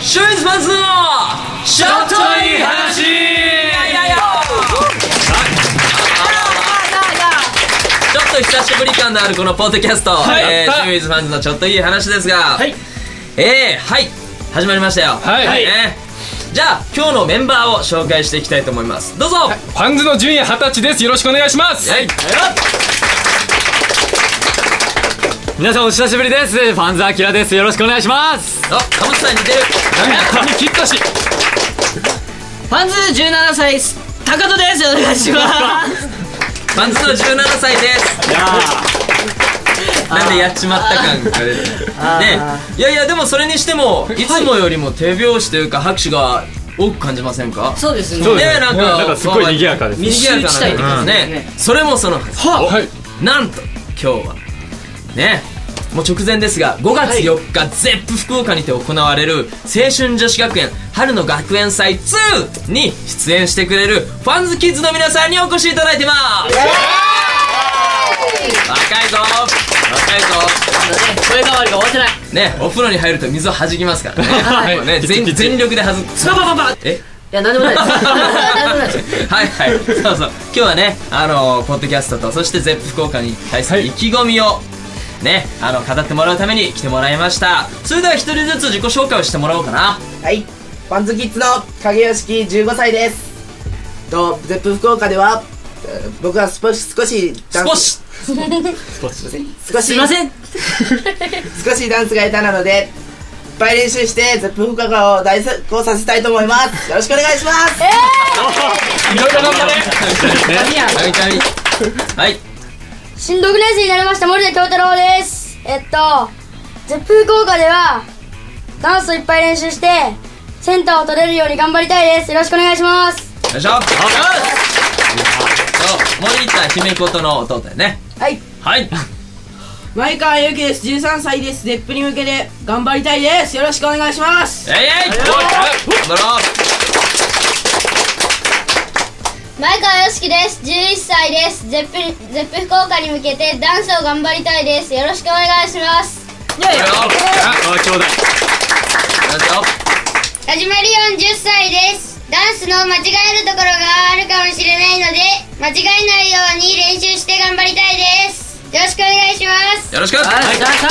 シューイズパンツのちょっといい話ちょっと久しぶり感のあるこのポッドキャスト、はいえやー、ったシューイズパンツのちょっといい話ですが、はいえー、はい始まりましたよはいねじゃあ今日のメンバーを紹介していきたいと思いますどうぞはい、パンズの純也二十歳ですよろしくお願いします皆さんお久しぶりですファンズアキラですよろしくお願いしますあ田本さん似てる髪切ったしパンズ17歳す高戸ですお願いしますパンツの17歳ですいやなんでやっちまった感が出てねいやいやでもそれにしてもいつもよりも手拍子というか拍手が多く感じませんか そうですねそうねですねなんなんかかすごい賑やかです賑やかな感じですうんねそれもそのはずはいなんと今日はねもう直前ですが5月4日、ゼップ福岡にて行われる青春女子学園春の学園祭2に出演してくれるファンズキッズの皆さんにお越しいただいてます若いぞ若いぞ声変わりが終わってないねお風呂に入ると水を弾きますからね,、はいもうねピチ全ピチ全力で弾くババババいえや何でもないです何でもないですはいはいそうそう今日はねあのーポッドキャストとそしてゼップ福岡に対する意気込みを、ねあの語ってもらうために来てもらいましたそれでは一人ずつ自己紹介をしてもらおうかなはい、パンツキッズの影吉15歳です。と、ゼップ福岡では、えー僕は少し、少しダン少ス、し少し、 すいません少しダンスが下手なので、いっぱい練習して、ゼップ福岡を大成功させたいと思います。よろしくお願いし ます。いろいろ頑張れ神々はい新6年生になりました森田京太郎ですえっと絶風効果ではダンスをいっぱい練習してセンターを取れるように頑張りたいですよろしくお願いしますよいしょそう森田姫子との弟だよねはいはい前川祐希です13歳ですデップに向けて頑張りたいですよろしくお願いしますえいえい頑張ろう前川よしきです11歳です絶風絶風効果に向けてダンスを頑張りたいですよろしくお願いしますやよあ兄弟よいしょはじめりおん10歳ですダンスの間違えるところがあるかもしれないので間違えないように練習して頑張りたいですよろしくお願いしますよろしくはいダンス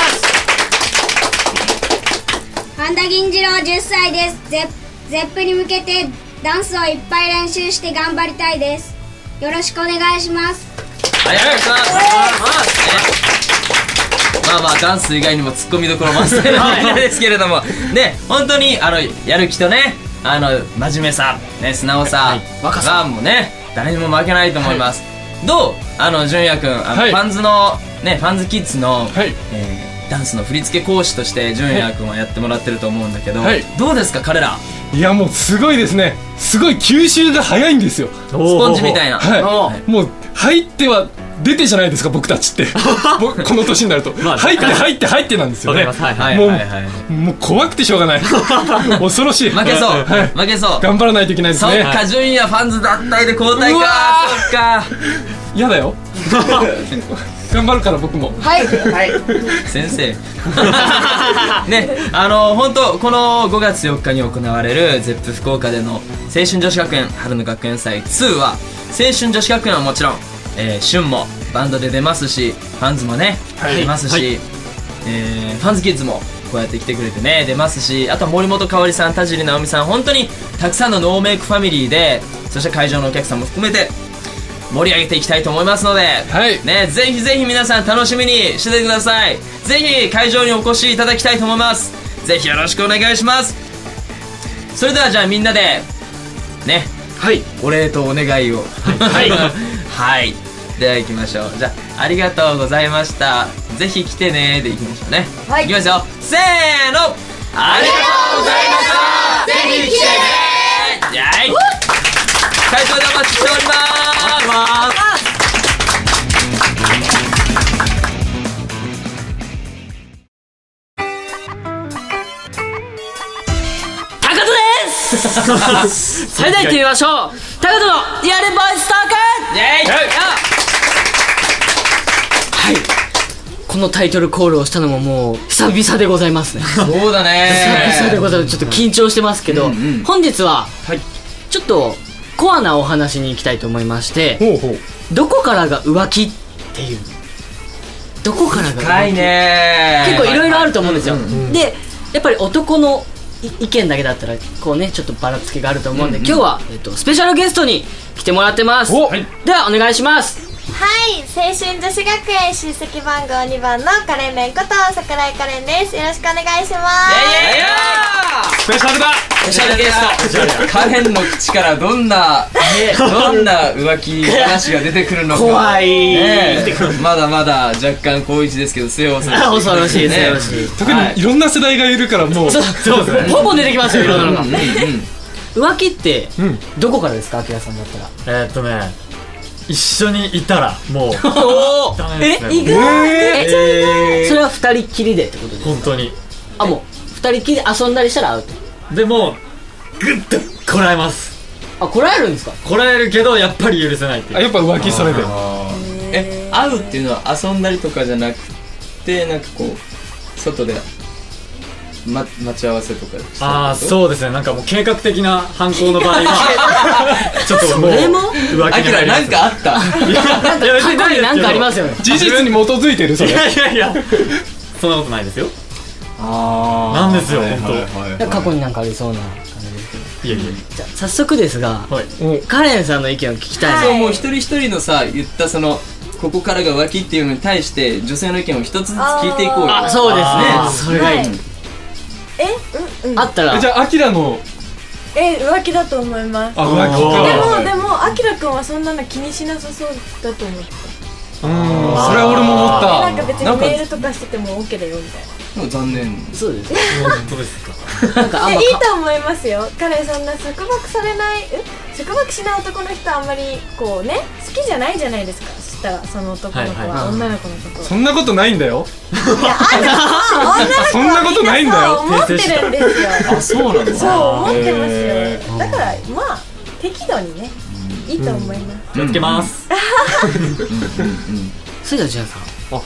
神田銀次郎10歳ですゼゼップに向けてダンスをいっぱい練習して頑張りたいですよろしくお願いしますはい、ありがとうございます。まあまあダンス以外にもツッコミどころ満載なみんなですけれども、ね本当にあのやる気とねあの真面目さね素直さ若がもうね誰にも負けないと思います。どうあの純也くんあの、はいファンズのねファンズキッズの、はいえーダンスの振り付け講師として純也くんはやってもらってると思うんだけど、はいどうですか彼らいやもうすごいですねすごい吸収が早いんですよススポンジみたいな。はいもう入っては出てじゃないですか僕たちって 僕この年になるとまあ入って入って入ってなんですよわかねりますはいはいはいもうはいはい。もう怖くてしょうがない恐ろしい負けそうはい負けそう。頑張らないといけないですそっねか、ジュニアファンズ団体で交代うわかーそっか嫌だよ頑張るから僕もはいはい、先生 ねあの本当この5月4日に行われる ZEP 福岡での青春女子学園春の学園祭2は青春女子学園はもちろん、えー、旬もバンドで出ますしファンズもね、出ますし、えーファンズキッズもこうやって来てくれてね出ますしあとは森本香織さん田尻直美さん本当にたくさんのノーメイクファミリーでそして会場のお客さんも含めて盛り上げていきたいと思いますので、はいね、ぜひぜひ皆さん楽しみにしててくださいぜひ会場にお越しいただきたいと思いますぜひよろしくお願いしますそれではじゃあみんなでねはいお礼とお願いをはい はいでは行きましょうじゃあありがとうございましたぜひ来てねで行きましょうねはい行きますよせーのありがとうございましたぜひ来てねやい会場でお待ちしております高戸ですそれでは行ってみましょう高戸のやればイスタークイェイはいここのタイトルコールをしたのももう久々でございますね そうだね久々でございますちょっと緊張してますけど、本日はちょっとコアなお話に行きたいと思いまして、ほうほうどこからが浮気っていうどこからが深浮い気ね結構いろいろあると思うんですよ、でやっぱり男のい意見だけだったらこうねちょっとばらつきがあると思うんで、今日は、えっと、スペシャルゲストに来てもらってますおはいではお願いしますはい、青春女子学園出席番号2番のカレンレンこと桜井カレンです。よろしくお願いします。いやスペシャルだスペシャルゲストカレンの口からどんなどんな浮気話が出てくるのか怖いねえまだまだ若干高一ですけど末恐ろしい恐ろしいね恐ろしい特はいにいろんな世代がいるからもうそうですねポンポン出てきますよいろんなのがうんうん浮気ってんどこからですかアキラさんだったらえーっとね一緒にいたらも うおおダメえですね意え外えそれは二人っきりでってことで本当にあもう二人っきりで遊んだりしたらアウトでもグッとこらえますあこらえるんですかこらえるけどやっぱり許せないってあいうやっぱ浮気それでえ会うっていうのは遊んだりとかじゃなくてなんかこう外で、ま、待ち合わせとかああうそうですねなんかもう計画的な犯行の場合 はちょっともうれも浮気になあきらりまなんすかあったいやなんか過去に何かありますよね事実に基づいてるそいれやいやいやそんなことないですよあなんですよ本過去になんかありそうな感じです当いやいやじゃあ早速ですがはいカレンさんの意見を聞きたいそうなもう一人一人のさ言ったそのここからが浮気っていうのに対して女性の意見を一つずつ聞いていこうよあそうあーですねそれがいいえ、うんうん。あったらじゃあアキラのえ、浮気だと思います。あ浮あで気かも、でも、あきらくんはそんなの気にしなさそうだと思う。うんそれは俺も思ったなんか別なんにかメールとかしてても OK だよみたいな。でも残念そうですね本当ですかなんかあんえ、まいいと思いますよ。カレンそんな束縛されない、うん束縛しない男の人あんまり、こうね、好きじゃないじゃないですか。した、その男の子はいは、はい女の子のことを。そんなことないんだよいや、あんたは女の子そんなことはなみいんんなだそうよ思ってるんですよ。あそうなんだそう思ってますよ、へだからまあ適度にねいいと思います、気をつけますそれじゃあジャンさん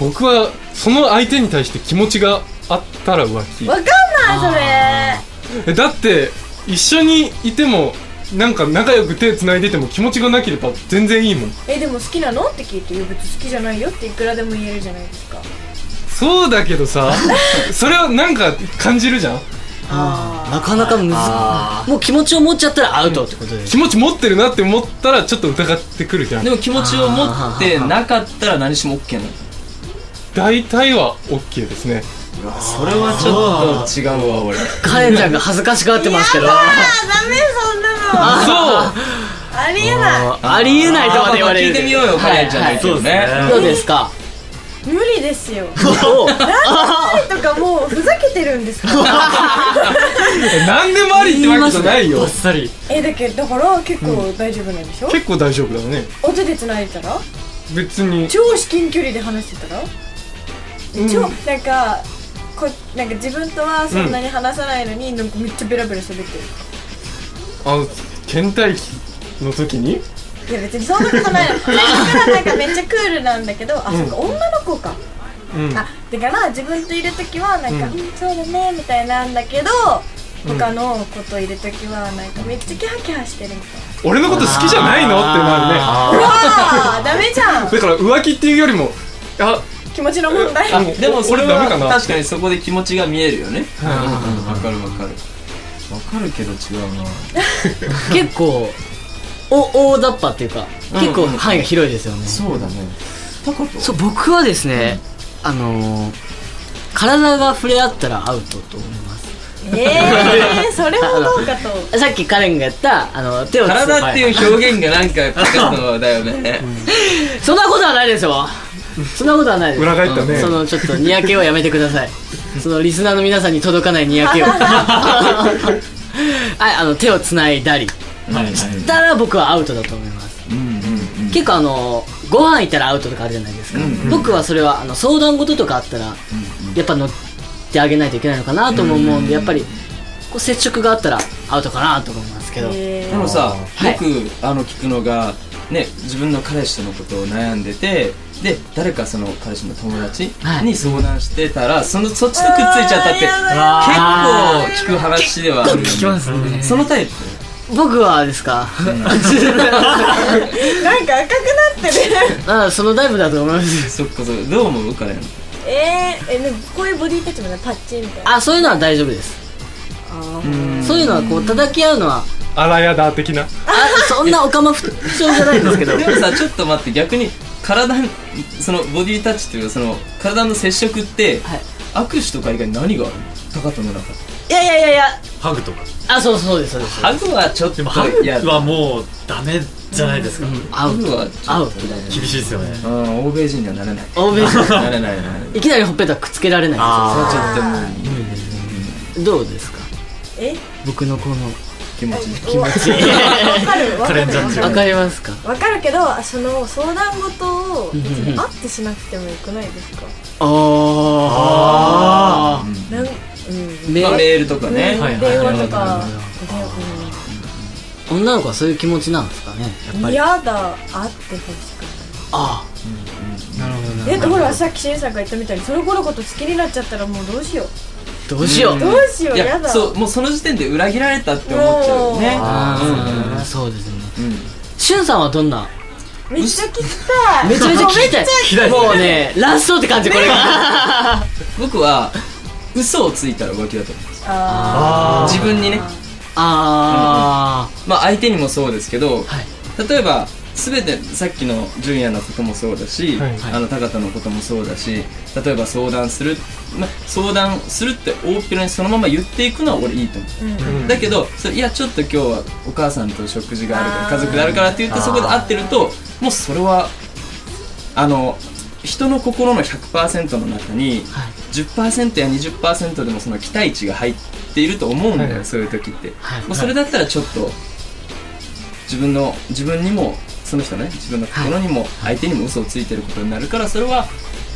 僕はその相手に対して気持ちがあったら浮わかんない気えだって一緒にいてもなんか仲良く手繋いでても気持ちがなければ全然いいもんそれえでも好きなのって聞いていや別に好きじゃないよっていくらでも言えるじゃないですかそうだけどさそれはなんか感じるじゃんなかなか難しいもう気持ちを持っちゃったらアウトってことです気持ち持ってるなって思ったらちょっと疑ってくるじゃんでも気持ちを持ってなかったら何しも OK なの大体は OK ですねそれはちょっと違うわ俺カレンちゃんが恥ずかしがってますけどあダメそんなのそうありえ ないありえないとまで言われるあまあ聞いてみようよカレンちゃんの意見ねそうですねどうですか無理ですよなんでとかもうふざけてるんです か何でもありってわけじゃないよあっさりえだけどだから結構大丈夫なんでしょ、結構大丈夫だねお手で繋いでたら別に超至近距離で話してたら、超なんかこなんか自分とはそんなに話さないのに、なんかめっちゃベラベラ喋ってるあの倦怠期の時にいや別にそんなことないのだからなんかめっちゃクールなんだけどあ、そっか女の子か、うんあだから自分といる時はなんか、うんそうだねみたいなんだけど他の子といる時はなんかめっちゃキャハキャハしてるみたい俺のこと好きじゃないのってなるねなうわーダメじゃんだから浮気っていうよりもあ気持ちの問題あえでもそれ俺ダはメかな確かにそこで気持ちが見えるよねうんうんわかるわかるわかるけど違うな結構お大雑把っていうかうん結構範囲が広いですよね、そうだねタカとそう僕はですね、あのー、体が触れ合ったらアウトと思いますー、それもどうかとさっきカレンがやったあの手をつ体っていう表現がなんかタカトだよねそんなことはないですよそんなことはないです裏返ったねそのちょっとにやけをやめてくださいそのリスナーの皆さんに届かないにやけをはいあの手をつないだりしたら僕はアウトだと思います結構あのご飯行ったらアウトとかあるじゃないですか、僕はそれはあの相談事とかあったら、やっぱ乗ってあげないといけないのかなとも思うんで、やっぱりこう接触があったらアウトかなと思いますけど、えでもさ、はいよくあの聞くのがね自分の彼氏とのことを悩んでてで誰かその彼氏の友達はいに相談してたら、そのそっちとくっついちゃったってあやーやだ結構聞く話ではあるよね聞きますねそのタイプ僕はですかなんか赤くなってる あそのタイプだと思いますそっかそっかどう思うかねえー、えなんかこういうボディタッチもねパッチンみたいなあそういうのは大丈夫ですあそういうのはこう叩き合うのはあらやだ的なあそんなおかま不調じゃないんですけどでもさちょっと待って逆に体そのボディタッチっていうかその体の接触って、はい握手とか以外何があるの高友なんか いやいやいやいやハグとかあそうそうですそうですハグはちょっとでもハいやグはもうダメじゃないですかハグはち合ょっうとね厳しいですよねうん欧米人にはなれない欧米人 なれないなれないいきなりほっぺたくっつけられないそれはあちょっともうですどうですかえ僕のこの気持ちいい気持ちいいわかるわカかレンジャーる中わかりますかわかるけどその相談事を別うんうにん会ってしなくてもよくないですかああなんうんでまあメールとかね、電はいはい話とか女の子はそういう気持ちなんですかねうん嫌だ会ってほしくあないだってほらさっきしんさんが言ったみたいにその子のこと好きになっちゃったらもうどうしよあどうしよううどうしよいう嫌やだそうもうその時点で裏切られたって思っちゃうよねああそうですねしゅんさんはどんなめっちゃ聞きたいめちゃめちゃ聞いてもうねラストって感じこれが僕は嘘をついたら浮気だと思うあ自分にねあまあ相手にもそうですけど、はい例えば全てさっきの純也のこともそうだし、はいあの高田のこともそうだし例えば相談する、まあ、相談するって大っぴらにそのまま言っていくのは俺いいと思う、だけどそれいやちょっと今日はお母さんと食事があるから家族であるからって言ってそこで会ってるともうそれはあの人の心の100%の中に、はい10%や20%でもその期待値が入っていると思うんだよ、はいそういう時って、はいもうそれだったらちょっと自分の自分にもその人ね自分の心にも相手にも嘘をついてることになるからそれは、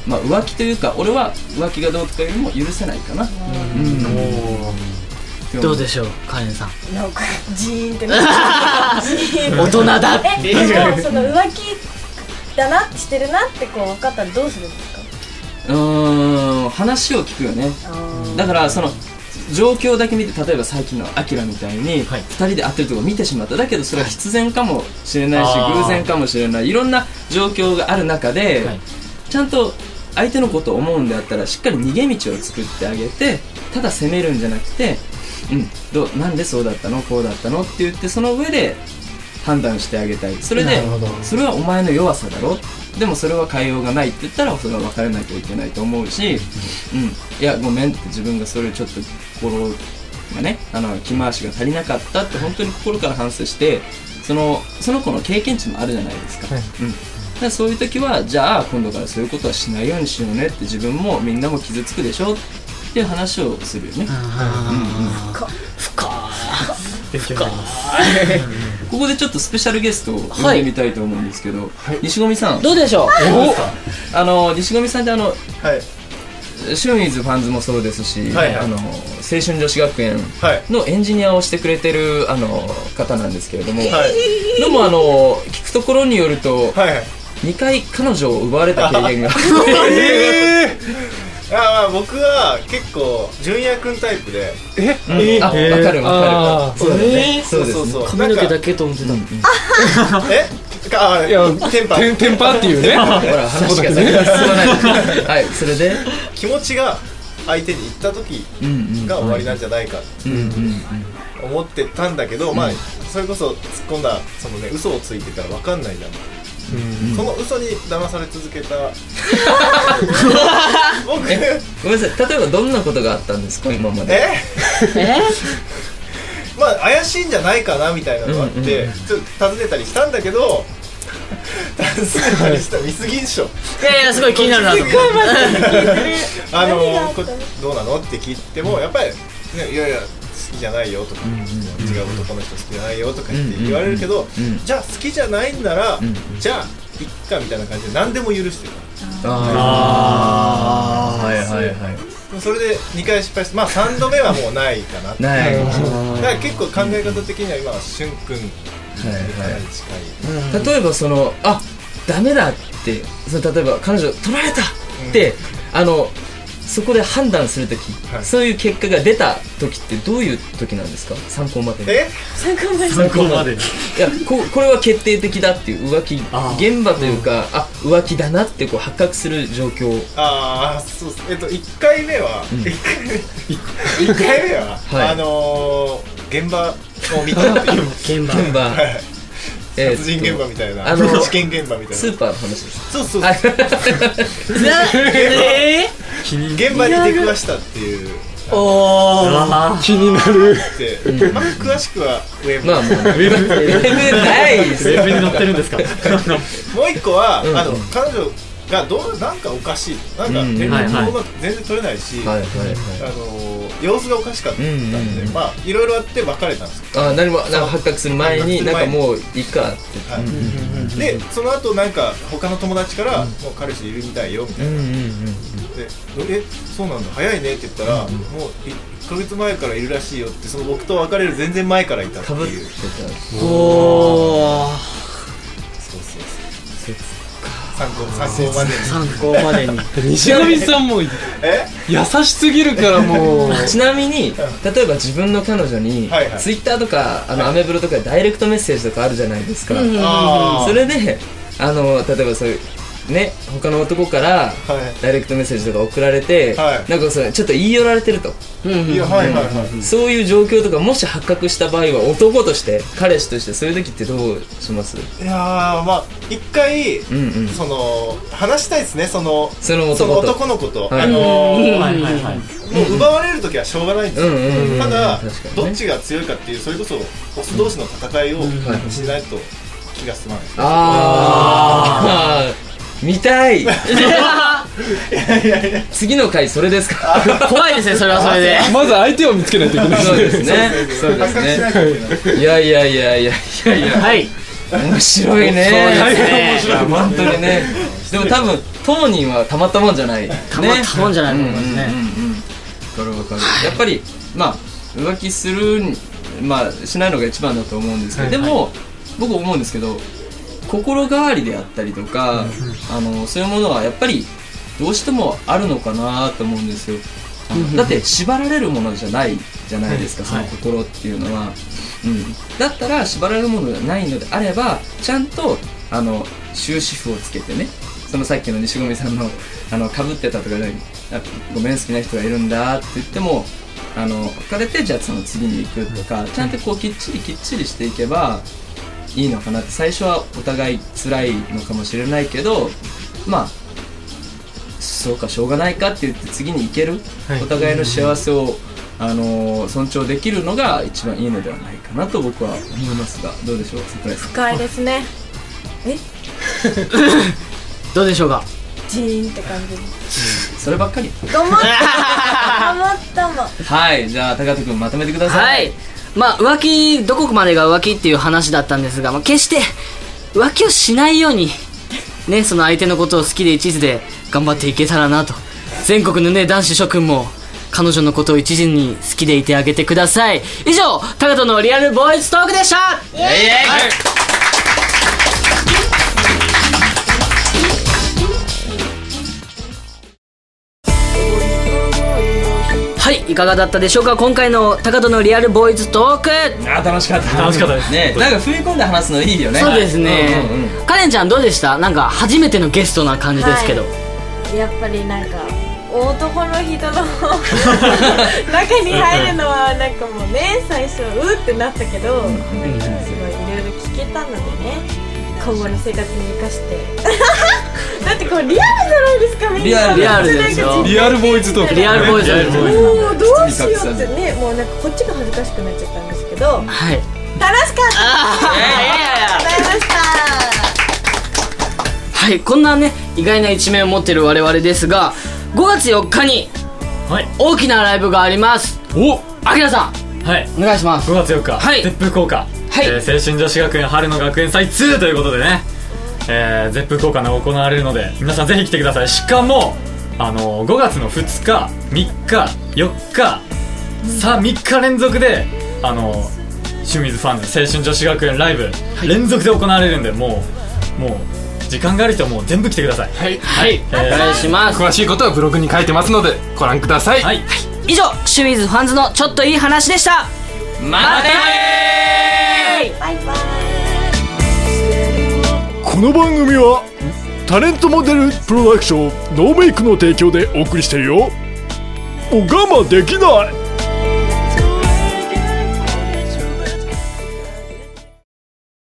まあ、浮気というか俺は浮気がどうとかよりも許せないかな、うんあどうでしょうカレンさんーなんかジーンってな っちゃうジーン大人だってえでもその浮気だなってしてるなってこう分かったらどうするんですかうーん話を聞くよねだからその状況だけ見て例えば最近のアキラみたいにはい2人で会ってるとこ見てしまっただけどそれは必然かもしれないしあー偶然かもしれないいろんな状況がある中ではいちゃんと相手のことを思うんであったらしっかり逃げ道を作ってあげてただ責めるんじゃなくてうんどうなんでそうだったのこうだったのって言ってその上で判断してあげたいそれでそれはお前の弱さだろでもそれは変えようがないって言ったらそれは別れなきゃいけないと思うし、うん、いやごめんって自分がそれちょっと心がねあの気回しが足りなかったって本当に心から反省してそのその子の経験値もあるじゃないですか,、はいうん、だからそういう時はじゃあ今度からそういうことはしないようにしようねって自分もみんなも傷つくでしょっていう話をするよね、ここでちょっとスペシャルゲストを呼んでみたいと思うんですけど、西込さんどうでしょうあの西込さんってあのはいシューイズファンズもそうですし、はいはいあの青春女子学園はいのエンジニアをしてくれてるあの方なんですけれども、はいでもあの聞くところによると、はいはい2回彼女を奪われた経験がえー、あまあ僕は結構純也君タイプであわかるわあかるそうだね、そうですねそうそう髪の毛だけけと思ってたのえかあいやテンパテンテンパっていうね ほら話が先に進まないはいそれで気持ちが相手に行った時うんが終わりなんじゃないかうんうんうん思ってたんだけど、まあそれこそ突っ込んだそのね嘘をついてたら分かんないじゃん、その嘘に騙され続け た僕えごめんなさい例えばどんなことがあったんですか今までえまあ怪しいんじゃないかなみたいなのがあって、ちょっと尋ねたりしたんだけど 尋ねたりした見過ぎでしょいやいやすごい気になるなと思ってあの何があったこどうなのって聞いてもやっぱり、ね、いやいや好きじゃないよとか、違う男の人好きじゃないよとか言って言われるけど、んうんじゃあ好きじゃないんなら、んじゃあいっかみたいな感じで何でも許してるああはいはいはいそれで2回失敗してまあ3度目はもうないかなだないはいから結構考え方的には今はしゅんくんにかなり近い、はい例えばそのあダメだってその例えば彼女取られたって、あのそこで判断するとき、はいそういう結果が出たときってどういうときなんですか参考までにえ参考まで参考までにいやここれは決定的だっていう浮気ああ現場というか、あ浮気だなってこう発覚する状況ああそうっすえっと1回目は、ん一回目一回目は、 はいあのー、現場を見たっていう現場現場、はいえーと殺人現場みたいな、あの事件現場みたいなスーパーの話ですそうそうそうあえ現場に出くわしたっていうー、おー気になるで、まあ詳しくはウェブ、 まあもうウ ェブないですウよェブに載ってるんです かもう一個は、うんあの彼女がどうなんかおかしいなんかうん連はいは絡いもうまく全然取れないし、はいはいはいあのー様子がおかしかったんで、うんうんまあいろいろあって別れたんですよあ何もなんか発覚する前になんかもういいかってはいでその後なんか他の友達から「もう彼氏いるみたいよ」みたいなで「えそうなんだ早いね」って言ったら「もう1ヶ月前からいるらしいよ」ってその僕と別れる全然前からいたってかぶっていうおーそうそうそう参考参 考までに参考までに西上さんも優えしすぎるからもうたちなみに例えば自分の彼女にはいはいツイッターとかあのアメブロとかでダイレクトメッセージとかあるじゃないですかあそれであの例えばそういうね他の男からあはダイレクトメッセージとか送られて、はいなんかそれちょっと言い寄られてると、いいやはいはいはいそういう状況とかもし発覚した場合は男として彼氏としてそういう時ってどうしますいやーまあ一回、うんうんその話したいですねそのその男と男の子と、はいあのーはいはいはいもう奪われる時はしょうがないんですよ、うんうんうんうんただ、確かにねどっちが強いかっていうそれこそオス同士の戦いをしないと気が済まないです、あーあ見た い次の回それですか 怖いですねそれはそれでまず相手を見つけないといけないそうですねそうで発覚しなすいといけないねいやいやいやいやいやいやはい面白いねそうですねいや本当にねでも多分当人はたまったもんじゃないたまったもんじゃないうんとうんう思んういんますね、わかるわかるやっぱりまあ浮気するまあしないのが一番だと思うんですけど、でも、僕思うんですけど心変わりであったりとか、あのそういうものはやっぱりどうしてもあるのかなと思うんですよあのだって縛られるものじゃないじゃないですか、はいその心っていうのは、うん、だったら縛られるものじゃないのであればちゃんとあの終止符をつけてねそのさっきの西込さんの あの被ってたとかであごめん好きな人がいるんだって言ってもあの別れてじゃあその次に行くとかちゃんとこうきっちりきっちりしていけばいいのかなって最初はお互い辛いのかもしれないけどまあそうかしょうがないかって言って次に行ける、お互いの幸せを、あのー尊重できるのが一番いいのではないかなと僕は思いますがどうでしょう桜井さん深いですねどうでしょうかジーンって感じそればっかり頑張った頑張ったもはいじゃあ高田君まとめてくださはいい。まあ、浮気、どこまでが浮気っていう話だったんですが、まあ、決して浮気をしないように、ね、その相手のことを好きで一途で頑張っていけたらなと。全国のね、男子諸君も、彼女のことを一時に好きでいてあげてください。以上、タカトのリアルボーイズトークでしたイエイイエイはい、いかがだったでしょうか今回のタカトのリアルボーイズトークあー楽しかった楽しかったですねなんか踏み込んで話すのいいよねそうですねうんうんうん。カレンちゃんどうでしたなんか初めてのゲストな感じですけど。うやっぱりなんか男の人の中に入るのはなんかもうね最初うーってなったけど、すごいいろいろ聞けたのでね今後の生活に生かしてだってこれリアルじゃないですかみんなリアルリアルですよリアルボーイズトークリアルボーイズトークもうどうしようってねもうなんかこっちが恥ずかしくなっちゃったんですけど楽しはい。かったありがとうございましたはい、こんなね、意外な一面を持ってる我々ですが、5月4日にはい大きなライブがあります。おあきらさはいん、お願いします。 5月4日、はい絶風効果、はいえー青春女子学園春の学園祭2ということでね、えー、絶風効果が行われるので皆さんぜひ来てくださいしかも、あのー、5月の2日3日4日さあ3日連続で、あのー、清水ファンズ青春女子学園ライブ、連続で行われるんでもうもう時間がある人はもう全部来てくださいはい、はいお願いします詳しいことはブログに書いてますのでご覧ください、はい以上清水ファンズのちょっといい話でしたまたねバイバイこの番組はタレントモデルプロダクションノーメイクの提供でお送りしてるよもう我慢できない